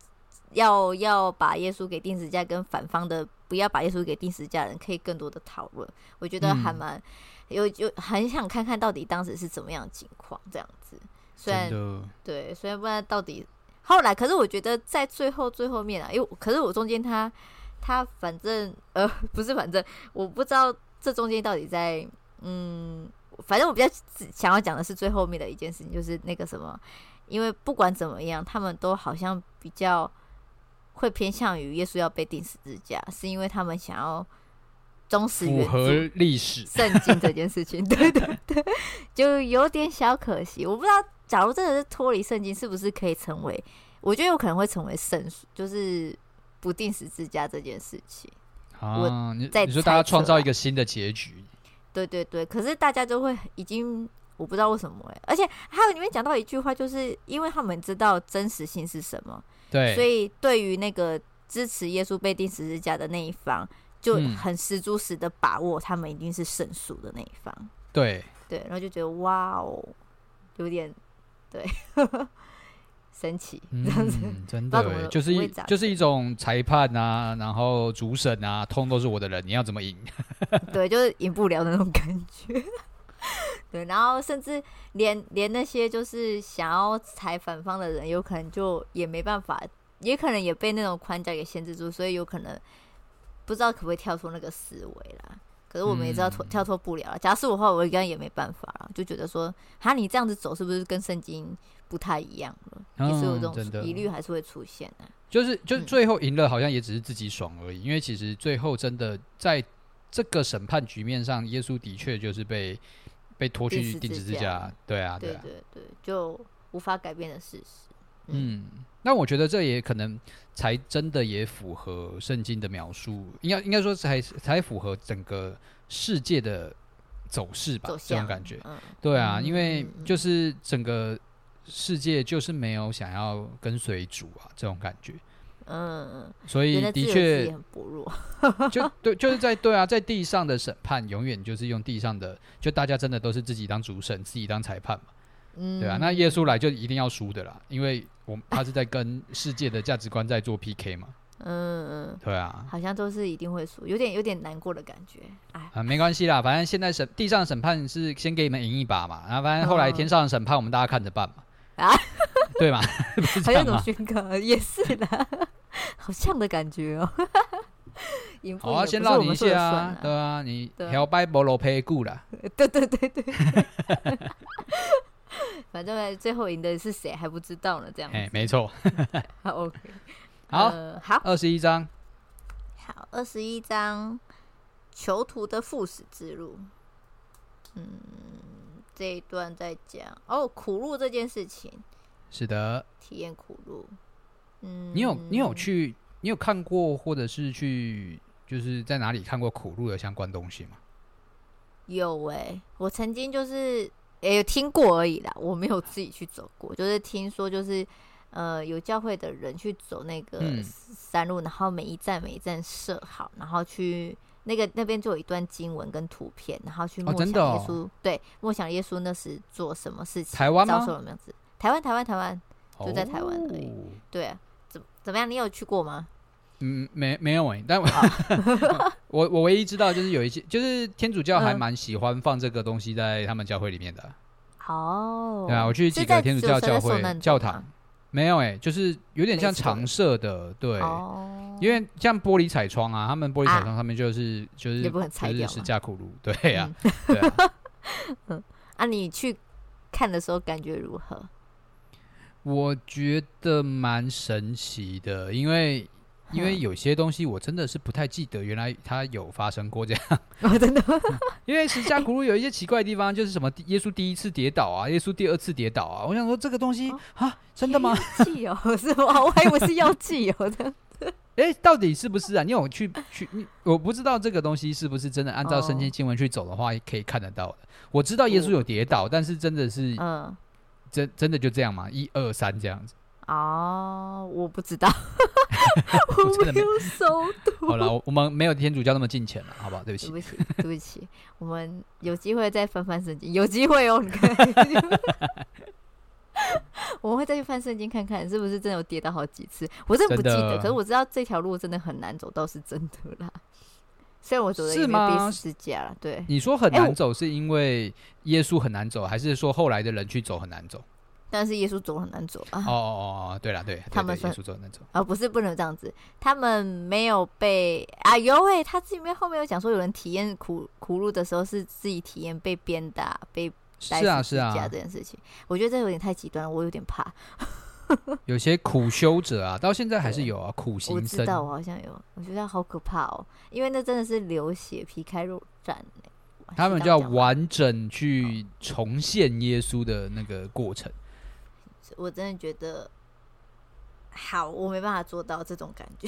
Speaker 3: 要要把耶稣给定十字架，跟反方的不要把耶稣给定十字架的人，可以更多的讨论。我觉得还
Speaker 2: 嗯
Speaker 3: 蛮、有有很想看看到底当时是怎么样的情况，这样子。虽然
Speaker 2: 真的
Speaker 3: 对，虽然不知道到底后来，可是我觉得在最后最后面啊，因为我可是我中间他他反正呃不是反正我不知道这中间到底在嗯，反正我比较想要讲的是最后面的一件事情，就是那个什么，因为不管怎么样，他们都好像比较会偏向于耶稣要被钉十字架，是因为他们想要忠实
Speaker 2: 符
Speaker 3: 原著
Speaker 2: 合历史。
Speaker 3: 圣经这件
Speaker 2: *laughs*
Speaker 3: 事情，对对对，就有点小可惜。我不知道，假如真的是脱离圣经，是不是可以成为？我觉得有可能会成为圣书，就是不定时之家这件事情。
Speaker 2: 啊，你
Speaker 3: 在
Speaker 2: 你说大家
Speaker 3: 猜测
Speaker 2: 创造一
Speaker 3: 啦
Speaker 2: 个新的结局，
Speaker 3: 对对对，可是大家就会已经我不知道为什么哎、而且还有里面讲到一句话，就是因为他们知道真实性是什么，
Speaker 2: 对，
Speaker 3: 所以对于那个支持耶稣被钉十字架的那一方，就
Speaker 2: 嗯
Speaker 3: 很十足十的把握他们一定是胜诉的那一方。
Speaker 2: 对，
Speaker 3: 对，然后就觉得哇哦，有点对， *laughs* 神奇，
Speaker 2: 嗯， *laughs* 真
Speaker 3: 不知道怎
Speaker 2: 的耶，
Speaker 3: 么
Speaker 2: 就是
Speaker 3: 不会
Speaker 2: 一
Speaker 3: 咋
Speaker 2: 就是一
Speaker 3: 觉
Speaker 2: 种裁判啊，然后主审啊，通都是我的人，你要怎么赢？
Speaker 3: 对，就是赢不了的那种感觉。 *laughs* 对，然后甚至连连那些就是想要踩反方的人，有可能就也没办法，也可能也被那种框架给限制住，所以有可能不知道可不可以跳脱那个思维啦。可是我们也知道脱、
Speaker 2: 嗯
Speaker 3: 跳脱不了啦假如是我的话，我应该也没办法了，就觉得说，哈，你这样子走是不是跟圣经不太一样了？也是有
Speaker 2: 嗯
Speaker 3: 这
Speaker 2: 真
Speaker 3: 种
Speaker 2: 的
Speaker 3: 疑虑，还是会出现啊。
Speaker 2: 就是就是
Speaker 3: 嗯
Speaker 2: 最后赢了，好像也只是自己爽而已，因为其实最后真的在这个审判局面上，耶稣的确就是被被拖
Speaker 3: 钉
Speaker 2: 去
Speaker 3: 十
Speaker 2: 钉
Speaker 3: 字
Speaker 2: 十字
Speaker 3: 架
Speaker 2: 架，对啊，
Speaker 3: 对
Speaker 2: 啊，
Speaker 3: 对对，就无法改变的事实。
Speaker 2: 嗯，那我觉得这也可能才真的也符合圣经的描述，应该应该说才才符合整个世界的走势吧
Speaker 3: 走，
Speaker 2: 啊这种
Speaker 3: 向
Speaker 2: 感觉。
Speaker 3: 嗯，
Speaker 2: 对啊，
Speaker 3: 嗯
Speaker 2: 因为
Speaker 3: 嗯嗯
Speaker 2: 就是整个世界就是没有想要跟随主啊这种感觉，
Speaker 3: 嗯，
Speaker 2: 所
Speaker 3: 人
Speaker 2: 以
Speaker 3: 的自
Speaker 2: 的
Speaker 3: 由自
Speaker 2: 确
Speaker 3: 己很薄
Speaker 2: *laughs*
Speaker 3: 弱。 *laughs*
Speaker 2: 就对，就是在对啊，在地上的审判永远就是用地上的，就大家真的都是自己当主审，自己当裁判嘛，
Speaker 3: 嗯，
Speaker 2: 对啊，那耶稣来就一定要输的啦，因为我们他是在跟世界的价值观在做 PK 嘛，
Speaker 3: 嗯嗯，
Speaker 2: 对啊。
Speaker 3: 好像都是一定会输，有点有点难过的感觉。哎，
Speaker 2: 啊，没关系啦，反正现在审地上审判是先给你们赢一把嘛，然啊后反正后来
Speaker 3: 嗯
Speaker 2: 天上的审判我们大家看着办嘛，
Speaker 3: 啊，
Speaker 2: *laughs* 对嘛，不是
Speaker 3: 好
Speaker 2: 这样
Speaker 3: 像怎么
Speaker 2: 吗？
Speaker 3: 宣告也是啦， *laughs* 好像的感觉哦。赢不
Speaker 2: 好
Speaker 3: 赢
Speaker 2: 啊，
Speaker 3: 也
Speaker 2: 先
Speaker 3: 不是
Speaker 2: 让
Speaker 3: 我
Speaker 2: 你一
Speaker 3: 们说
Speaker 2: 下
Speaker 3: 了
Speaker 2: 啊，
Speaker 3: 算
Speaker 2: 对
Speaker 3: 啊。
Speaker 2: 啊，你
Speaker 3: 对啊
Speaker 2: 调掰菠萝配顾啦，
Speaker 3: 对对对对。 *laughs* 对反正最后赢的是谁还不知道呢，这样
Speaker 2: 哎
Speaker 3: 子。， *laughs*
Speaker 2: 没错。
Speaker 3: 好 OK，
Speaker 2: 好，
Speaker 3: 呃好。
Speaker 2: 二十一章，
Speaker 3: 好，二十一章囚徒的赴死之路。嗯，这一段在讲哦，苦路这件事情，
Speaker 2: 是的，
Speaker 3: 体验苦路。嗯，
Speaker 2: 你有你有去，你有看过或者是去就是在哪里看过苦路的相关东西吗？
Speaker 3: 有哎、我曾经就是也有听过而已啦，我没有自己去走过，就是听说就是呃有教会的人去走那个
Speaker 2: 嗯
Speaker 3: 山路，然后每一站每一站设好，然后去那个那边就有一段经文跟图片，然后去
Speaker 2: 哦
Speaker 3: 默想
Speaker 2: 真的
Speaker 3: 耶
Speaker 2: 哦
Speaker 3: 稣，对，默想耶稣那时做什么事情，
Speaker 2: 台湾
Speaker 3: 遭
Speaker 2: 吗
Speaker 3: 受什么样子？台湾台湾台湾，就在台湾而已
Speaker 2: 哦
Speaker 3: 对啊、怎怎么样？你有去过吗？
Speaker 2: 嗯，没没有诶、但我、 *laughs* 我我唯一知道就是有一些，就是天主教还
Speaker 3: 嗯
Speaker 2: 蛮喜欢放这个东西在他们教会里面的啊、
Speaker 3: 哦，
Speaker 2: 对啊，我去
Speaker 3: 是
Speaker 2: 几
Speaker 3: 在
Speaker 2: 个天主
Speaker 3: 只
Speaker 2: 教
Speaker 3: 有神
Speaker 2: 教
Speaker 3: 的受
Speaker 2: 会
Speaker 3: 难
Speaker 2: 教
Speaker 3: 者吗
Speaker 2: 堂，没有诶、就是有点
Speaker 3: 类
Speaker 2: 像
Speaker 3: 似的
Speaker 2: 常设的，对，
Speaker 3: 哦，
Speaker 2: 因为像玻璃彩窗啊，他们玻璃彩窗上面就是、就是
Speaker 3: 也不能
Speaker 2: 就
Speaker 3: 拆
Speaker 2: 是
Speaker 3: 掉
Speaker 2: 十
Speaker 3: 嘛嗯
Speaker 2: 架苦路，对呀、对啊，
Speaker 3: 啊，你去看的时候感觉如何？
Speaker 2: 我觉得蛮神奇的，因 *laughs* 为因为
Speaker 3: 哼
Speaker 2: 有些东西我真的是不太记得，原来它有发生过这样。
Speaker 3: 哦，真的，
Speaker 2: *laughs* 因为十架苦路有一些奇怪的地方，就是什么耶稣第一次跌倒啊，耶稣第二次跌倒啊，我想说这个东西
Speaker 3: 哦
Speaker 2: 啊，真的
Speaker 3: *laughs*
Speaker 2: 吗？
Speaker 3: 药剂油哦是吗？我还以为是药剂油
Speaker 2: *laughs*
Speaker 3: 的。
Speaker 2: 诶，到底是不是啊？你有去去你，我不知道这个东西是不是真的按照圣经
Speaker 3: 哦
Speaker 2: 经文去走的话，可以看得到的。我知道耶稣有跌倒，但是真的是
Speaker 3: 嗯，
Speaker 2: 真真的就这样吗？一二三这样子。
Speaker 3: 哦，我
Speaker 2: *laughs*
Speaker 3: 不知道，
Speaker 2: 真
Speaker 3: 我
Speaker 2: 的
Speaker 3: *laughs* 没
Speaker 2: 没
Speaker 3: 有熟读。
Speaker 2: 好了，我我们没有天主教那么近前了，好不好？对不
Speaker 3: 对
Speaker 2: 起。
Speaker 3: 不起，对不起，我们有机会再翻翻圣经，有机会哦，你看。
Speaker 2: *laughs*
Speaker 3: 我会再去翻圣经看看，是不是真的有跌倒好几次？我真的不记
Speaker 2: 真
Speaker 3: 得，
Speaker 2: 的
Speaker 3: 可是我知道这条路真的很难走，倒是真的啦。虽然我走的也
Speaker 2: 是
Speaker 3: 没有
Speaker 2: 吗
Speaker 3: 被十字架了，对，
Speaker 2: 你说很
Speaker 3: 诶
Speaker 2: 难
Speaker 3: 哎我
Speaker 2: 走，是因为耶稣很难走，还是说后来的人去走很难走？
Speaker 3: 但是耶稣走很难走啊。
Speaker 2: 哦哦哦，对了，对，对
Speaker 3: 他们
Speaker 2: 对耶
Speaker 3: 算
Speaker 2: 稣走很难走。
Speaker 3: 啊、不是不能这样子，他们没有被啊有诶、他自己面后面有讲说，有人体验苦苦路的时候是自己体验被鞭打、被
Speaker 2: 是
Speaker 3: 打
Speaker 2: 啊
Speaker 3: 死
Speaker 2: 是
Speaker 3: 自家
Speaker 2: 啊，
Speaker 3: 这件事情，我觉得这有点太极端了，我有点怕。
Speaker 2: 有些苦修者啊，到现在还是
Speaker 3: 对
Speaker 2: 有啊，苦
Speaker 3: 我
Speaker 2: 行
Speaker 3: 知道，
Speaker 2: 僧。
Speaker 3: 我好像有，我觉得好可怕哦，因为那真的是流血、皮开肉绽、欸、哇
Speaker 2: 他
Speaker 3: 是
Speaker 2: 们
Speaker 3: 这
Speaker 2: 叫
Speaker 3: 样讲吗
Speaker 2: 完整去重现耶稣的那个过程。
Speaker 3: 我真的觉得好，我没办法做到这种感觉。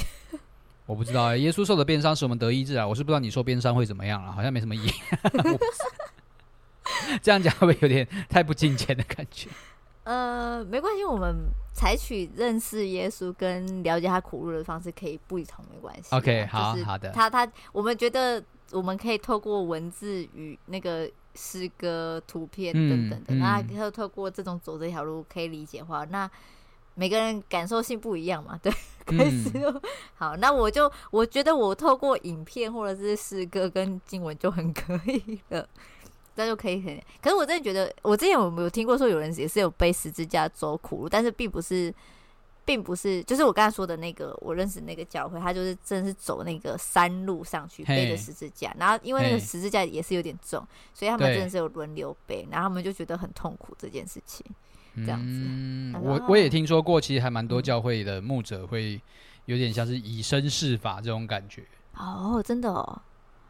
Speaker 2: 我不知道、欸，耶稣受的鞭伤使我们得医治啊！我是不知道你受鞭伤会怎么样了、好像没什么意义。 *laughs*
Speaker 3: *laughs*
Speaker 2: 我不是这样讲会不会有点太不敬虔的感觉？
Speaker 3: 呃，没关系，我们采取认识耶稣跟了解他苦路的方式可以不同，没关系啊。
Speaker 2: OK，
Speaker 3: 就
Speaker 2: 好
Speaker 3: 是
Speaker 2: 好的
Speaker 3: 他他，我们觉得我们可以透过文字与那个诗歌、图片
Speaker 2: 嗯
Speaker 3: 等等的，
Speaker 2: 嗯
Speaker 3: 那透透过这种走这条路可以理解的话，那每个人感受性不一样嘛，对。开始
Speaker 2: 嗯，
Speaker 3: 了好，那我就我觉得我透过影片或者是诗歌跟经文就很可以了，那就可以很。可是我真的觉得，我之前有没有听过说有人也是有背十字架走苦路，但是并不是，并不是，就是我刚才说的那个我认识那个教会，他就是真的是走那个山路上去
Speaker 2: 嘿
Speaker 3: 背着十字架，然后因为那
Speaker 2: 嘿
Speaker 3: 个十字架也是有点重，所以他们
Speaker 2: 对
Speaker 3: 真的是有轮流背，然后他们就觉得很痛苦这件事情。这样子哦
Speaker 2: 嗯
Speaker 3: 好
Speaker 2: 我
Speaker 3: 啦
Speaker 2: 我也听说过，其实还蛮多教会的牧者会有点像是以身试法这种感觉。
Speaker 3: 哦，真的哦，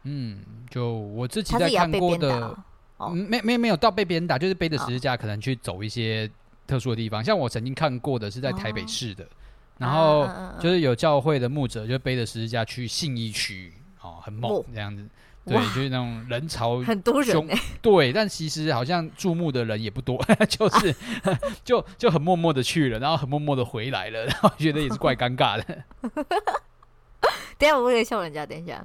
Speaker 2: 嗯，就我自己
Speaker 3: 他
Speaker 2: 在
Speaker 3: 是也要
Speaker 2: 看
Speaker 3: 被
Speaker 2: 过
Speaker 3: 鞭打
Speaker 2: 的，
Speaker 3: 哦、哦
Speaker 2: 嗯，没没没有到被鞭打，就是背着十
Speaker 3: 哦
Speaker 2: 字架可能去走一些特殊的地方。像我曾经看过的是在台北
Speaker 3: 哦
Speaker 2: 市的，然后
Speaker 3: 啊嗯嗯嗯
Speaker 2: 就是有教会的牧者就背着十字架去信义区，哦，很猛
Speaker 3: 哦
Speaker 2: 这样子。对
Speaker 3: 哇，
Speaker 2: 就是那种人潮
Speaker 3: 很多人欸
Speaker 2: 凶
Speaker 3: 呢、
Speaker 2: 对，但其实好像注目的人也不多， *laughs* 就是就就很默默的去了，然后很默默的回来了，然后觉得也是怪尴尬的，
Speaker 3: *laughs*
Speaker 2: *laughs*
Speaker 3: 等一下我也笑人家，等一下，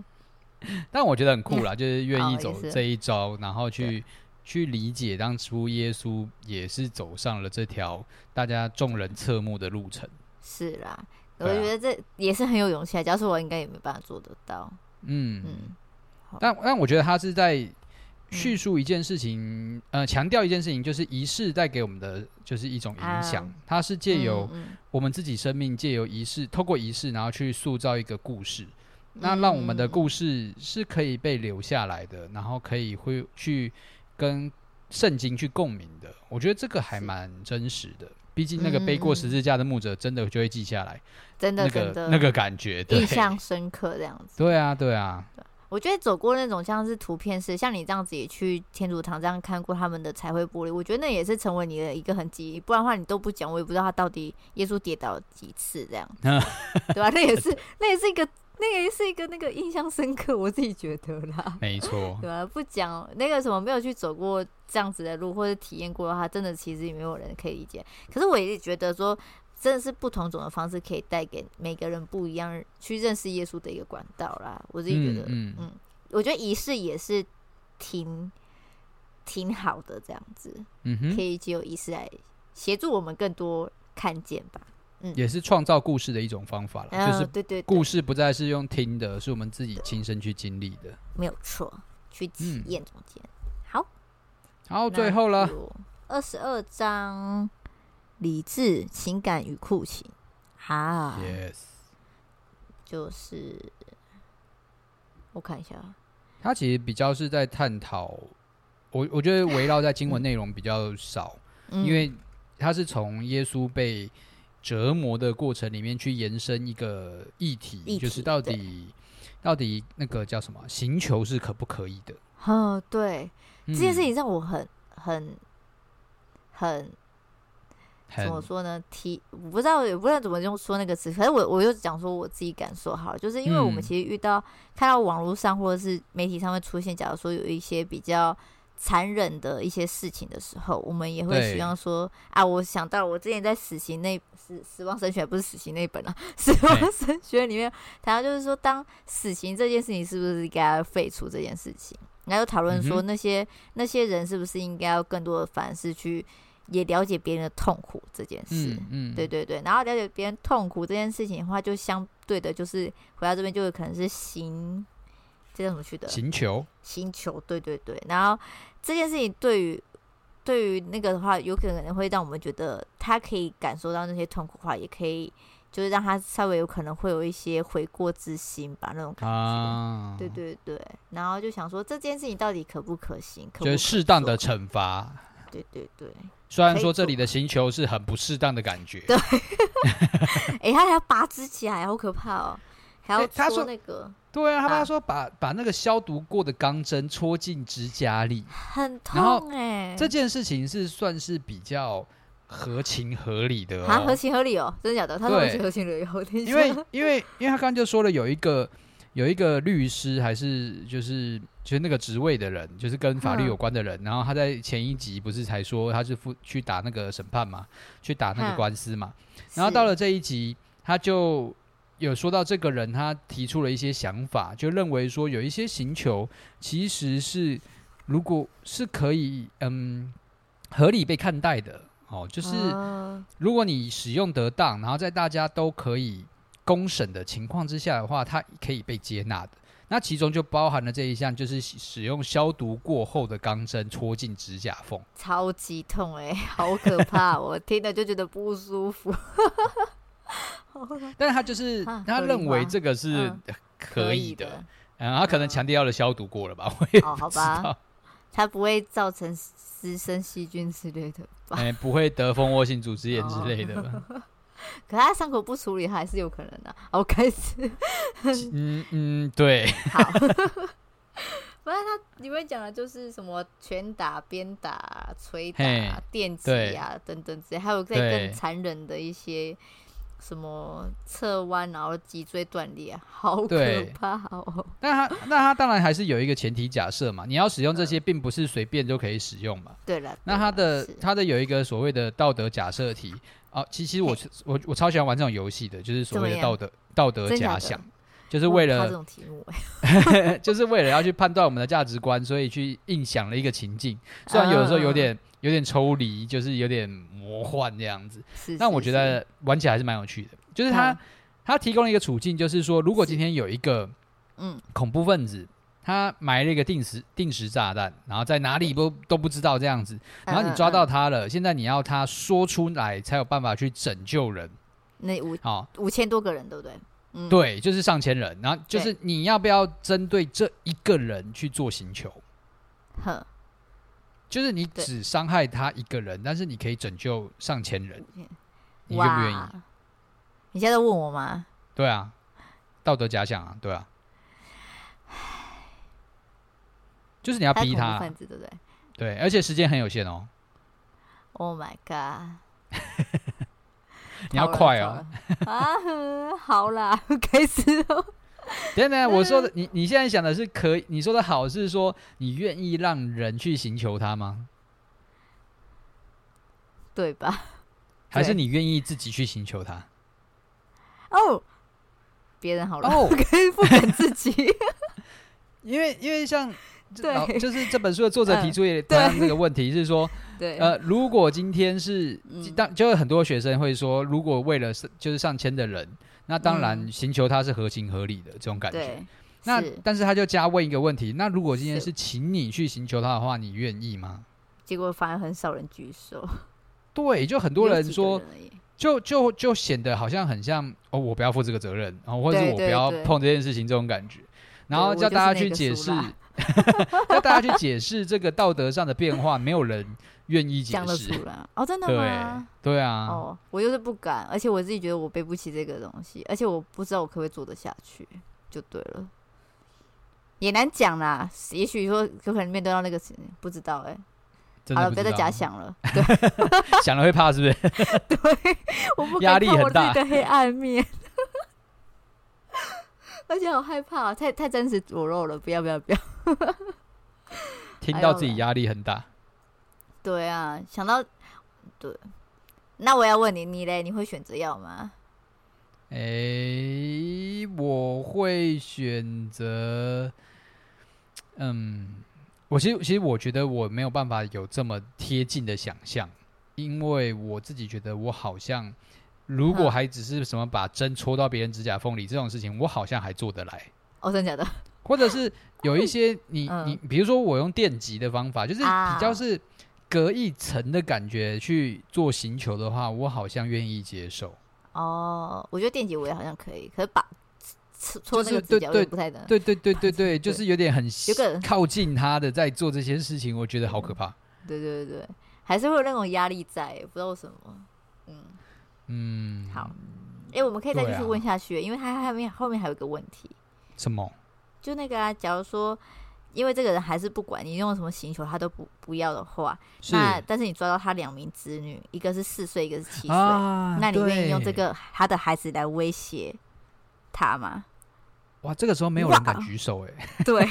Speaker 2: 但我觉得很酷
Speaker 3: *laughs*
Speaker 2: 啦，就是愿意
Speaker 3: 哦
Speaker 2: 走
Speaker 3: 也是
Speaker 2: 这一招，然后去去理解当初耶稣也是走上了这条大家众人侧目的路程。
Speaker 3: 是啦，我
Speaker 2: 对啊
Speaker 3: 觉得这也是很有勇气啊。假如说我应该也没办法做得到，
Speaker 2: 嗯，
Speaker 3: 嗯，
Speaker 2: 但但我觉得他是在叙述一件事情，呃，强调一件事情，就是仪式带给我们的就是一种影响，
Speaker 3: 啊
Speaker 2: 它是借由、
Speaker 3: 嗯嗯
Speaker 2: 我们自己生命借由仪式，透过仪式，然后去塑造一个故事，那
Speaker 3: 嗯
Speaker 2: 让我们的
Speaker 3: 嗯
Speaker 2: 故事是可以被留下来的，然后可以会去跟圣经去共鸣的。我觉得这个还
Speaker 3: 是
Speaker 2: 蛮真实的，毕竟那个背过
Speaker 3: 嗯嗯
Speaker 2: 十字架的牧者真的就会记下来
Speaker 3: 真的
Speaker 2: 那
Speaker 3: 真
Speaker 2: 个
Speaker 3: 的
Speaker 2: 那个感觉，对
Speaker 3: 嗯印，象深刻这样子。
Speaker 2: 对啊，对啊，
Speaker 3: 我觉得走过那种像是图片式，像你这样子也去天主堂这样看过他们的彩绘玻璃，我觉得那也是成为你的一个痕迹。不然的话，你都
Speaker 2: *laughs*
Speaker 3: 不啊讲，我也不知道他到底耶稣跌倒了几次这样子，对吧、那也是，那也是一个，那个是一个那个印象深刻，我自己觉得啦。
Speaker 2: 没错，
Speaker 3: 对啊，不讲那个什么没有去走过这样子的路，或者体验过的话，真的其实也没有人可以理解。可是我也觉得说，真的是不同种的方式可以带给每个人不一样去认识耶稣的一个管道啦。我自己觉得，
Speaker 2: 嗯嗯，
Speaker 3: 我觉得仪式也是挺挺好的，这样子
Speaker 2: 嗯
Speaker 3: 可
Speaker 2: 哼，
Speaker 3: 以借由仪式来协助我们更多看见吧。
Speaker 2: 也是创造故事的一种方法了，
Speaker 3: 嗯，
Speaker 2: 就是
Speaker 3: 对对对
Speaker 2: 故，事不再是用听的，是我们自己亲身去经历的。
Speaker 3: 没有错，去体
Speaker 2: 嗯
Speaker 3: 验中间。好。
Speaker 2: 然后最后了，
Speaker 3: 二十二章，理智、情感与酷刑啊
Speaker 2: ，yes，
Speaker 3: 就是我看一下，
Speaker 2: 它其实比较是在探讨，我我觉得围绕在经文内容比较少，
Speaker 3: 嗯、
Speaker 2: 因为它是从耶稣被折磨的过程里面去延伸一个议题，
Speaker 3: 议题
Speaker 2: 就是到底到底那个叫什么行求是可不可以的、
Speaker 3: 哦，对、
Speaker 2: 嗯
Speaker 3: 这件事情让我很很很怎么
Speaker 2: 很
Speaker 3: 说呢？提我不知道，也不知道怎么用说那个词，反正我我就讲说我自己感受好了，就是因为我们
Speaker 2: 嗯
Speaker 3: 其实遇到、看到网络上或者是媒体上面出现，假如说有一些比较残忍的一些事情的时候，我们也会
Speaker 2: 对
Speaker 3: 希望说啊，我想到我之前在死刑那死死亡神学不是死刑那一本啊， *laughs* 死亡神学里面谈到就是说，当死刑这件事情是不是应该废除这件事情？然后就讨论说
Speaker 2: 嗯
Speaker 3: 那些、那些人是不是应该要更多的反思去。也了解别人的痛苦这件事，
Speaker 2: 嗯嗯，
Speaker 3: 对对对，然后了解别人痛苦这件事情的话，就相对的，就是回到这边就有可能是行，这叫什么去的？
Speaker 2: 行求，
Speaker 3: 星球，对对对。然后这件事情对于对于那个的话，有可能会让我们觉得他可以感受到那些痛苦的话，也可以就是让他稍微有可能会有一些悔过之心吧，那种感觉。
Speaker 2: 啊，
Speaker 3: 对，对对，然后就想说这件事情到底可不可行？可不
Speaker 2: 就是
Speaker 3: 可
Speaker 2: 适当的
Speaker 3: 做，
Speaker 2: 惩罚。
Speaker 3: 对对对。
Speaker 2: 虽然
Speaker 3: 可以
Speaker 2: 说这
Speaker 3: 做
Speaker 2: 里的行求是很不适当的感觉，
Speaker 3: 对哎、他还要拔指甲，好可怕哦！还要
Speaker 2: 哎他
Speaker 3: 戳
Speaker 2: 说
Speaker 3: 那个，
Speaker 2: 对啊，他
Speaker 3: 啊
Speaker 2: 爸说把把那个消毒过的钢针戳进指甲里，
Speaker 3: 很
Speaker 2: 然后
Speaker 3: 痛哎、
Speaker 2: 这件事情是算是比较合情合理的
Speaker 3: 啊，合
Speaker 2: 哦，
Speaker 3: 情合理哦，真的假的？他说合
Speaker 2: 对
Speaker 3: 情合情理哦，听
Speaker 2: 因为因为因为他刚刚就说了有一个有一个律师还是就是就是那个职位的人，就是跟
Speaker 3: 嗯
Speaker 2: 法律有关的人，然后他在前一集不是才说他是负去打那个审判嘛，去打那
Speaker 3: 嗯
Speaker 2: 个官司嘛，然后到了这一集，他就有说到这个人，他提出了一些想法，就认为说有一些行求其实是如果是可以嗯合理被看待的哦，就
Speaker 3: 就是哦
Speaker 2: 如果你使用得当，然后在大家都可以公审的情况之下的话，它可以被接纳的。那其中就包含了这一项，就是使使用消毒过后的钢针戳进指甲缝。
Speaker 3: 超级痛哎、好可怕！哦我听了就觉得不舒服。
Speaker 2: 但是他就是
Speaker 3: 啊
Speaker 2: 他
Speaker 3: 合理
Speaker 2: 认为
Speaker 3: 吗
Speaker 2: 这个是
Speaker 3: 嗯
Speaker 2: 可以的，嗯，他可能强调了消毒过了吧，我也 *laughs*
Speaker 3: 哦，
Speaker 2: 不
Speaker 3: 好
Speaker 2: 知
Speaker 3: 吧，
Speaker 2: 道，
Speaker 3: 它不会造成滋生细菌之类的吧？哦
Speaker 2: 哎，不会得蜂窝性组织炎之类的吧，
Speaker 3: 可它伤口不处理还是有可能的、哦好，我开始
Speaker 2: 嗯嗯，对，
Speaker 3: 好。反正它里面讲的就是什么拳打、鞭打、捶打
Speaker 2: 嘿、
Speaker 3: 电击
Speaker 2: 对
Speaker 3: 啊等等之类，还有再
Speaker 2: 对
Speaker 3: 更残忍的一些什么侧弯，然后脊椎断裂，好可
Speaker 2: 对
Speaker 3: 怕哦！
Speaker 2: 那他那他当然还是有一个前提假设嘛，你要使用这些，并不是随便就可以使用嘛。
Speaker 3: 对了，
Speaker 2: 那
Speaker 3: 嗯对
Speaker 2: 他
Speaker 3: 啦
Speaker 2: 的
Speaker 3: 是
Speaker 2: 他的有一个所谓的道德假设题啊，其其实我我我超喜欢玩这种游戏的，就是所谓
Speaker 3: 怎
Speaker 2: 的
Speaker 3: 么样
Speaker 2: 道德道德
Speaker 3: 真假
Speaker 2: 假
Speaker 3: 的
Speaker 2: 想，就是
Speaker 3: 我
Speaker 2: 为
Speaker 3: 很怕
Speaker 2: 了
Speaker 3: 这种题目、欸，
Speaker 2: *laughs* 就是为了要去判断我们的价值观，所以去硬想了一个情境。虽然有的时候
Speaker 3: 啊
Speaker 2: 有点、有点抽离，就是有点魔幻这样子，
Speaker 3: 是，
Speaker 2: 但
Speaker 3: 是
Speaker 2: 我觉得玩起来还是蛮有趣的。就是他、
Speaker 3: 嗯
Speaker 2: 他提供了一个处境，就是说，如果今天有一个
Speaker 3: 嗯
Speaker 2: 恐怖分子，他埋了一个定时定时炸弹，然后在哪里都都不知道这样子，然后你抓到
Speaker 3: 嗯嗯
Speaker 2: 他了，现在你要他说出来才有办法去拯救人
Speaker 3: 嗯那五
Speaker 2: 啊、哦
Speaker 3: 五千多个人，对不对？嗯，，
Speaker 2: 对，就是上千人，然后就是你要不要针对这一个人去做刑求？
Speaker 3: 哼，
Speaker 2: 就是你
Speaker 3: 对
Speaker 2: 只伤害他一个人，但是你可以拯救上千人
Speaker 3: 千，
Speaker 2: 你愿不愿意？
Speaker 3: 哇？你现在在问我吗？
Speaker 2: 对啊，道德假想啊，对啊，就是你要
Speaker 3: 他是
Speaker 2: 逼
Speaker 3: 恐怖
Speaker 2: 他，啊
Speaker 3: 分子，对不对
Speaker 2: 对，而且时间很有限哦，
Speaker 3: ？Oh my god！
Speaker 2: *laughs* 你要
Speaker 3: 好了
Speaker 2: 快哦，
Speaker 3: 好 *laughs* 了啊！呵好啦，开始哦。
Speaker 2: 等一下等一下，我说的你你现在想的是可以，你说的好是说你愿意让人去寻求他吗？
Speaker 3: 对吧？
Speaker 2: 还是
Speaker 3: 对
Speaker 2: 你愿意自己去寻求他？
Speaker 3: 哦，别人好了， *laughs*
Speaker 2: 哦
Speaker 3: 可以不肯自
Speaker 2: *laughs*
Speaker 3: 己，
Speaker 2: 因为因为像这
Speaker 3: 对
Speaker 2: 老就是这本书的作者
Speaker 3: 嗯
Speaker 2: 提出也同
Speaker 3: 对
Speaker 2: 样这个问题，是说
Speaker 3: *laughs* 对，
Speaker 2: 呃，如果今天是
Speaker 3: 嗯
Speaker 2: 当就有很多学生会说，如果为了是就是上千的人，那当然
Speaker 3: 嗯
Speaker 2: 寻求他是合情合理的这种感觉。
Speaker 3: 对，
Speaker 2: 那
Speaker 3: 是
Speaker 2: 但是他就加问一个问题，那如果今天
Speaker 3: 是
Speaker 2: 是请你去寻求他的话，你愿意吗？
Speaker 3: 结果反而很少人举手，
Speaker 2: 对，就很多
Speaker 3: 有 *laughs*
Speaker 2: 人
Speaker 3: 几个
Speaker 2: 说，
Speaker 3: 而已
Speaker 2: 就就就显得好像很像哦，我不要负这个责任，然、后或者是我
Speaker 3: 对
Speaker 2: 不
Speaker 3: 对
Speaker 2: 要
Speaker 3: 对
Speaker 2: 碰这件事情这种感觉，然后
Speaker 3: 我
Speaker 2: 叫
Speaker 3: 就是
Speaker 2: 大家
Speaker 3: 那
Speaker 2: 去
Speaker 3: 个
Speaker 2: 解释
Speaker 3: 苏拉，
Speaker 2: *laughs* 叫大家去解释这个道德上的变化，没有人愿意解
Speaker 3: 讲得
Speaker 2: 释。
Speaker 3: 出来，哦，真的
Speaker 2: 对
Speaker 3: 吗？
Speaker 2: 对啊，
Speaker 3: 哦，我就是不敢，而且我自己觉得我背不起这个东西，而且我不知道我可不可以做得下去，就对了，也难讲啦。也许说有可能面对到那个事情，不知道哎、
Speaker 2: 真
Speaker 3: 好
Speaker 2: 的不
Speaker 3: 了，不要
Speaker 2: 知
Speaker 3: 再
Speaker 2: 道
Speaker 3: 假，
Speaker 2: *laughs*
Speaker 3: 想 *laughs* 哎了，
Speaker 2: 想了会怕是不是？
Speaker 3: 我不
Speaker 2: 压
Speaker 3: 敢
Speaker 2: 力
Speaker 3: 看
Speaker 2: 很
Speaker 3: 我自己
Speaker 2: 大
Speaker 3: 的黑暗面， *laughs* 而且好害怕、哦太太真实裸露了，不要不要不要。
Speaker 2: 听到自己压力很大。
Speaker 3: 对啊，想到对，那我要问你，你嘞，你会选择要吗？
Speaker 2: 诶，我会选择，嗯，我其实其实我觉得我没有办法有这么贴近的想象，因为我自己觉得我好像，如果
Speaker 3: 哼
Speaker 2: 还只是什么把针戳到别人指甲缝里这种事情，我好像还做得来。
Speaker 3: 哦，真的假的？
Speaker 2: 或者是有一
Speaker 3: *laughs*
Speaker 2: 些你、
Speaker 3: 嗯
Speaker 2: 你，比如说我用电极的方法，就是
Speaker 3: 啊
Speaker 2: 比较是隔一层的感觉去做行球的话，我好像愿意接受。
Speaker 3: 哦，我觉得电极我也好像可以，可是把戳戳那
Speaker 2: 就是
Speaker 3: 个指
Speaker 2: 对
Speaker 3: 甲我也
Speaker 2: 对
Speaker 3: 不太能。
Speaker 2: 对对对
Speaker 3: *laughs*
Speaker 2: 对对，就是有点很
Speaker 3: 有个
Speaker 2: 靠近他的在做这些事情，我觉得好可怕。
Speaker 3: 对对对对，还是会有那种压力在，不知道为什么。嗯，
Speaker 2: 嗯，
Speaker 3: 好，哎、我们可以再
Speaker 2: 对
Speaker 3: 继续
Speaker 2: 啊
Speaker 3: 问下去，因为他后面后面还有一个问题，
Speaker 2: 什么？
Speaker 3: 就那个啊，假如说因为这个人还是不管你用什么刑求，他都不不要的话，
Speaker 2: 是
Speaker 3: 那但是你抓到他两名子女，一个是四岁，一个是七岁，
Speaker 2: 啊
Speaker 3: 那你愿意用
Speaker 2: 对
Speaker 3: 这个他的孩子来威胁他吗？ *laughs*
Speaker 2: 哇，这个时候没有人敢
Speaker 3: 哇
Speaker 2: 举
Speaker 3: *laughs*
Speaker 2: 手哎、
Speaker 3: 对，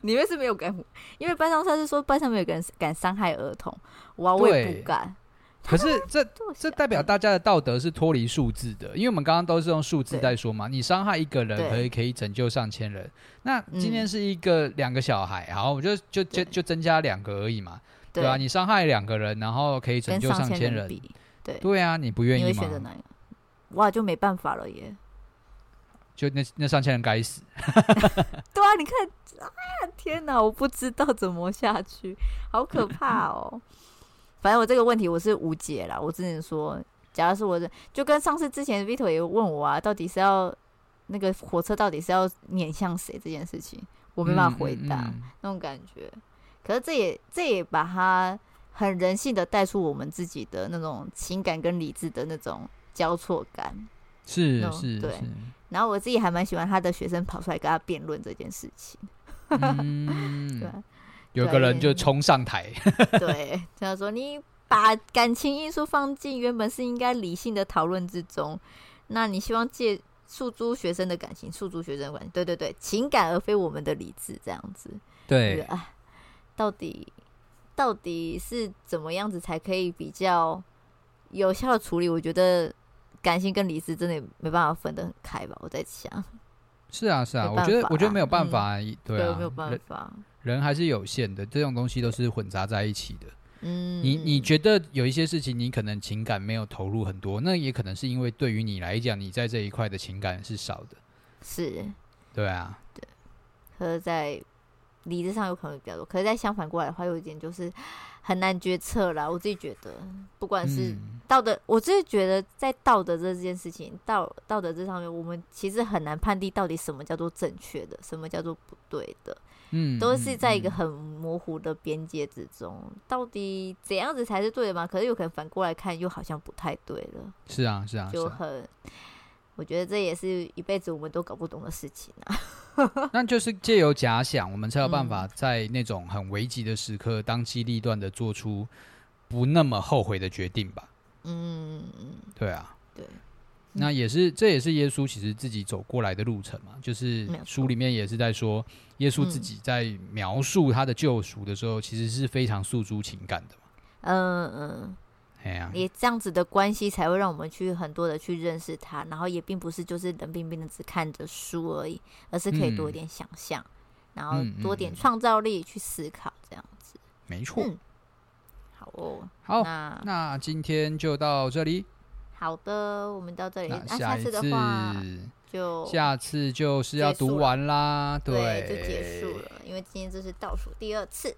Speaker 3: 你们是没有敢，因为班上他是说班上没有人敢伤害儿童，哇，我也
Speaker 2: 对
Speaker 3: 不敢。
Speaker 2: 可是这
Speaker 3: 坐
Speaker 2: 这
Speaker 3: 下
Speaker 2: 代表大家的道德是脱离数字的，因为我们刚刚都是用数字
Speaker 3: 对
Speaker 2: 在说嘛。你伤害一个人，
Speaker 3: 对
Speaker 2: 可以可以拯救上千人。那今天
Speaker 3: 嗯
Speaker 2: 是一个两个小孩，好，我就就就
Speaker 3: 对
Speaker 2: 就增加两个而已嘛，对
Speaker 3: 对
Speaker 2: 啊，你伤害两个人，然后可以拯
Speaker 3: 跟
Speaker 2: 救
Speaker 3: 上
Speaker 2: 千
Speaker 3: 人
Speaker 2: 人，
Speaker 3: 比，对，
Speaker 2: 对啊，你不愿
Speaker 3: 你
Speaker 2: 意
Speaker 3: 会选择
Speaker 2: 吗？
Speaker 3: 哪一个？哇，就没办法了耶！
Speaker 2: 就那那上千人该死，
Speaker 3: 对啊，你看，啊，天哪，我不知道怎么下去，好可怕哦！反正我这个问题我是无解啦，我只能说，假如是我的，就跟上次之前 Vito 也问我啊，到底是要那个火车到底是要碾向谁这件事情，我
Speaker 2: 我
Speaker 3: 没办法回答、
Speaker 2: 嗯嗯
Speaker 3: 那种感觉。可是这也这也把它很人性的带出我们自己的那种情感跟理智的那种交错感。
Speaker 2: 是
Speaker 3: 那
Speaker 2: 是
Speaker 3: 对
Speaker 2: 是， *laughs*
Speaker 3: 然后我自己还蛮喜欢他的学生跑出来跟他辩论这件事情，对
Speaker 2: 嗯，
Speaker 3: 啊
Speaker 2: 有
Speaker 3: 对
Speaker 2: 个
Speaker 3: 有
Speaker 2: 人就
Speaker 3: 点
Speaker 2: 冲上台， *laughs*
Speaker 3: 对，他说你把感情因素放进原本是应该理性的讨论之中，那你希望借诉诸学生的感情，诉诸学生的感情，对对对，情感而非我们的理智这样子，觉得
Speaker 2: 对，
Speaker 3: 啊，到底到底是怎么样子才可以比较有效的处理？我觉得感性跟理智真的也没办法分得很开吧，我在想，
Speaker 2: 是啊是啊，
Speaker 3: 没
Speaker 2: 我
Speaker 3: 办
Speaker 2: 觉得
Speaker 3: 法
Speaker 2: 我觉得没有办
Speaker 3: 嗯
Speaker 2: 法，对
Speaker 3: 对
Speaker 2: 啊，
Speaker 3: 我没有办
Speaker 2: 人
Speaker 3: 法，
Speaker 2: 人还是有限的，这种东西都是混杂在一起的。
Speaker 3: 嗯，
Speaker 2: 你你觉得有一些事情，你可能情感没有投入很多，那也可能是因为对于你来讲，你在这一块的情感是少的，
Speaker 3: 是
Speaker 2: 对啊，
Speaker 3: 可是在理智上有可能比较多，可是在相反过来的话，有一点就是很难决策啦。我自己觉得，不管是
Speaker 2: 嗯，
Speaker 3: 道德，我自己觉得在道德这件事情，道道德这上面，我们其实很难判定到底什么叫做正确的，什么叫做不对的，
Speaker 2: 嗯
Speaker 3: 都是在一个
Speaker 2: 嗯
Speaker 3: 很模糊的边界之中。到底怎样子才是对的嘛？可是有可能反过来看，又好像不太对了，
Speaker 2: 嗯是啊是啊，
Speaker 3: 就是
Speaker 2: 啊
Speaker 3: 很。我觉得这也是一辈子我们都搞不懂的事情啊！
Speaker 2: 那就是借由假想，我们才有办
Speaker 3: 嗯
Speaker 2: 法在那种很危急的时刻，当机立断的做出不那么后悔的决定吧，
Speaker 3: 嗯，
Speaker 2: 对啊，
Speaker 3: 对，嗯
Speaker 2: 那也是，这也是耶稣其实自己走过来的路程嘛。就是
Speaker 3: 没有错
Speaker 2: 书里面也是在说，耶
Speaker 3: 嗯
Speaker 2: 稣自己在描述他的救赎的时候，其实是非常诉诸情感的嘛。
Speaker 3: 嗯嗯，
Speaker 2: 哎呀、
Speaker 3: 也这样子的关系才会让我们去很多的去认识他，然后也并不是就是冷冰冰的只看着书而已，而是可以多一点想象，然
Speaker 2: 嗯嗯
Speaker 3: 后多点
Speaker 2: 嗯
Speaker 3: 创造力去思考，这样子。
Speaker 2: 没错。
Speaker 3: 嗯好哦，
Speaker 2: 好，
Speaker 3: 那
Speaker 2: 那今天就到这里。
Speaker 3: 好的，我们到这里。
Speaker 2: 那
Speaker 3: 那
Speaker 2: 下
Speaker 3: 下
Speaker 2: 一
Speaker 3: 次的话
Speaker 2: 次，
Speaker 3: 就
Speaker 2: 下次就是要
Speaker 3: 结束
Speaker 2: 读
Speaker 3: 了
Speaker 2: 完啦。
Speaker 3: 对就结束了，因为今天这是倒数第二次。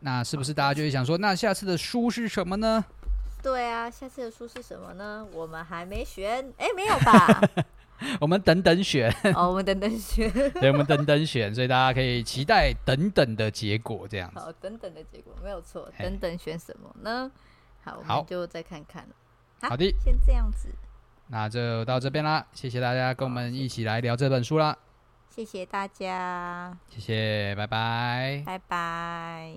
Speaker 2: 那是不是大家就会想说，那下次的书是什么呢？
Speaker 3: 对啊，下次的书是什么呢？我们还没选，哎，没有
Speaker 2: *laughs*
Speaker 3: 吧？
Speaker 2: *laughs* 我们等等选， *laughs*
Speaker 3: 哦，我们等等选。
Speaker 2: 对，我们等等选，所以大家可以期待等等的结果这样子。
Speaker 3: 好，等等的结果没有错，
Speaker 2: 嘿
Speaker 3: 等等选什么呢？好，我
Speaker 2: 好
Speaker 3: 们就再看看了。
Speaker 2: 好的
Speaker 3: 先这样子，
Speaker 2: 那就到这边啦，谢谢大家跟我们一起来聊这本书啦，
Speaker 3: 谢谢大家，
Speaker 2: 谢谢，拜拜。
Speaker 3: 拜拜。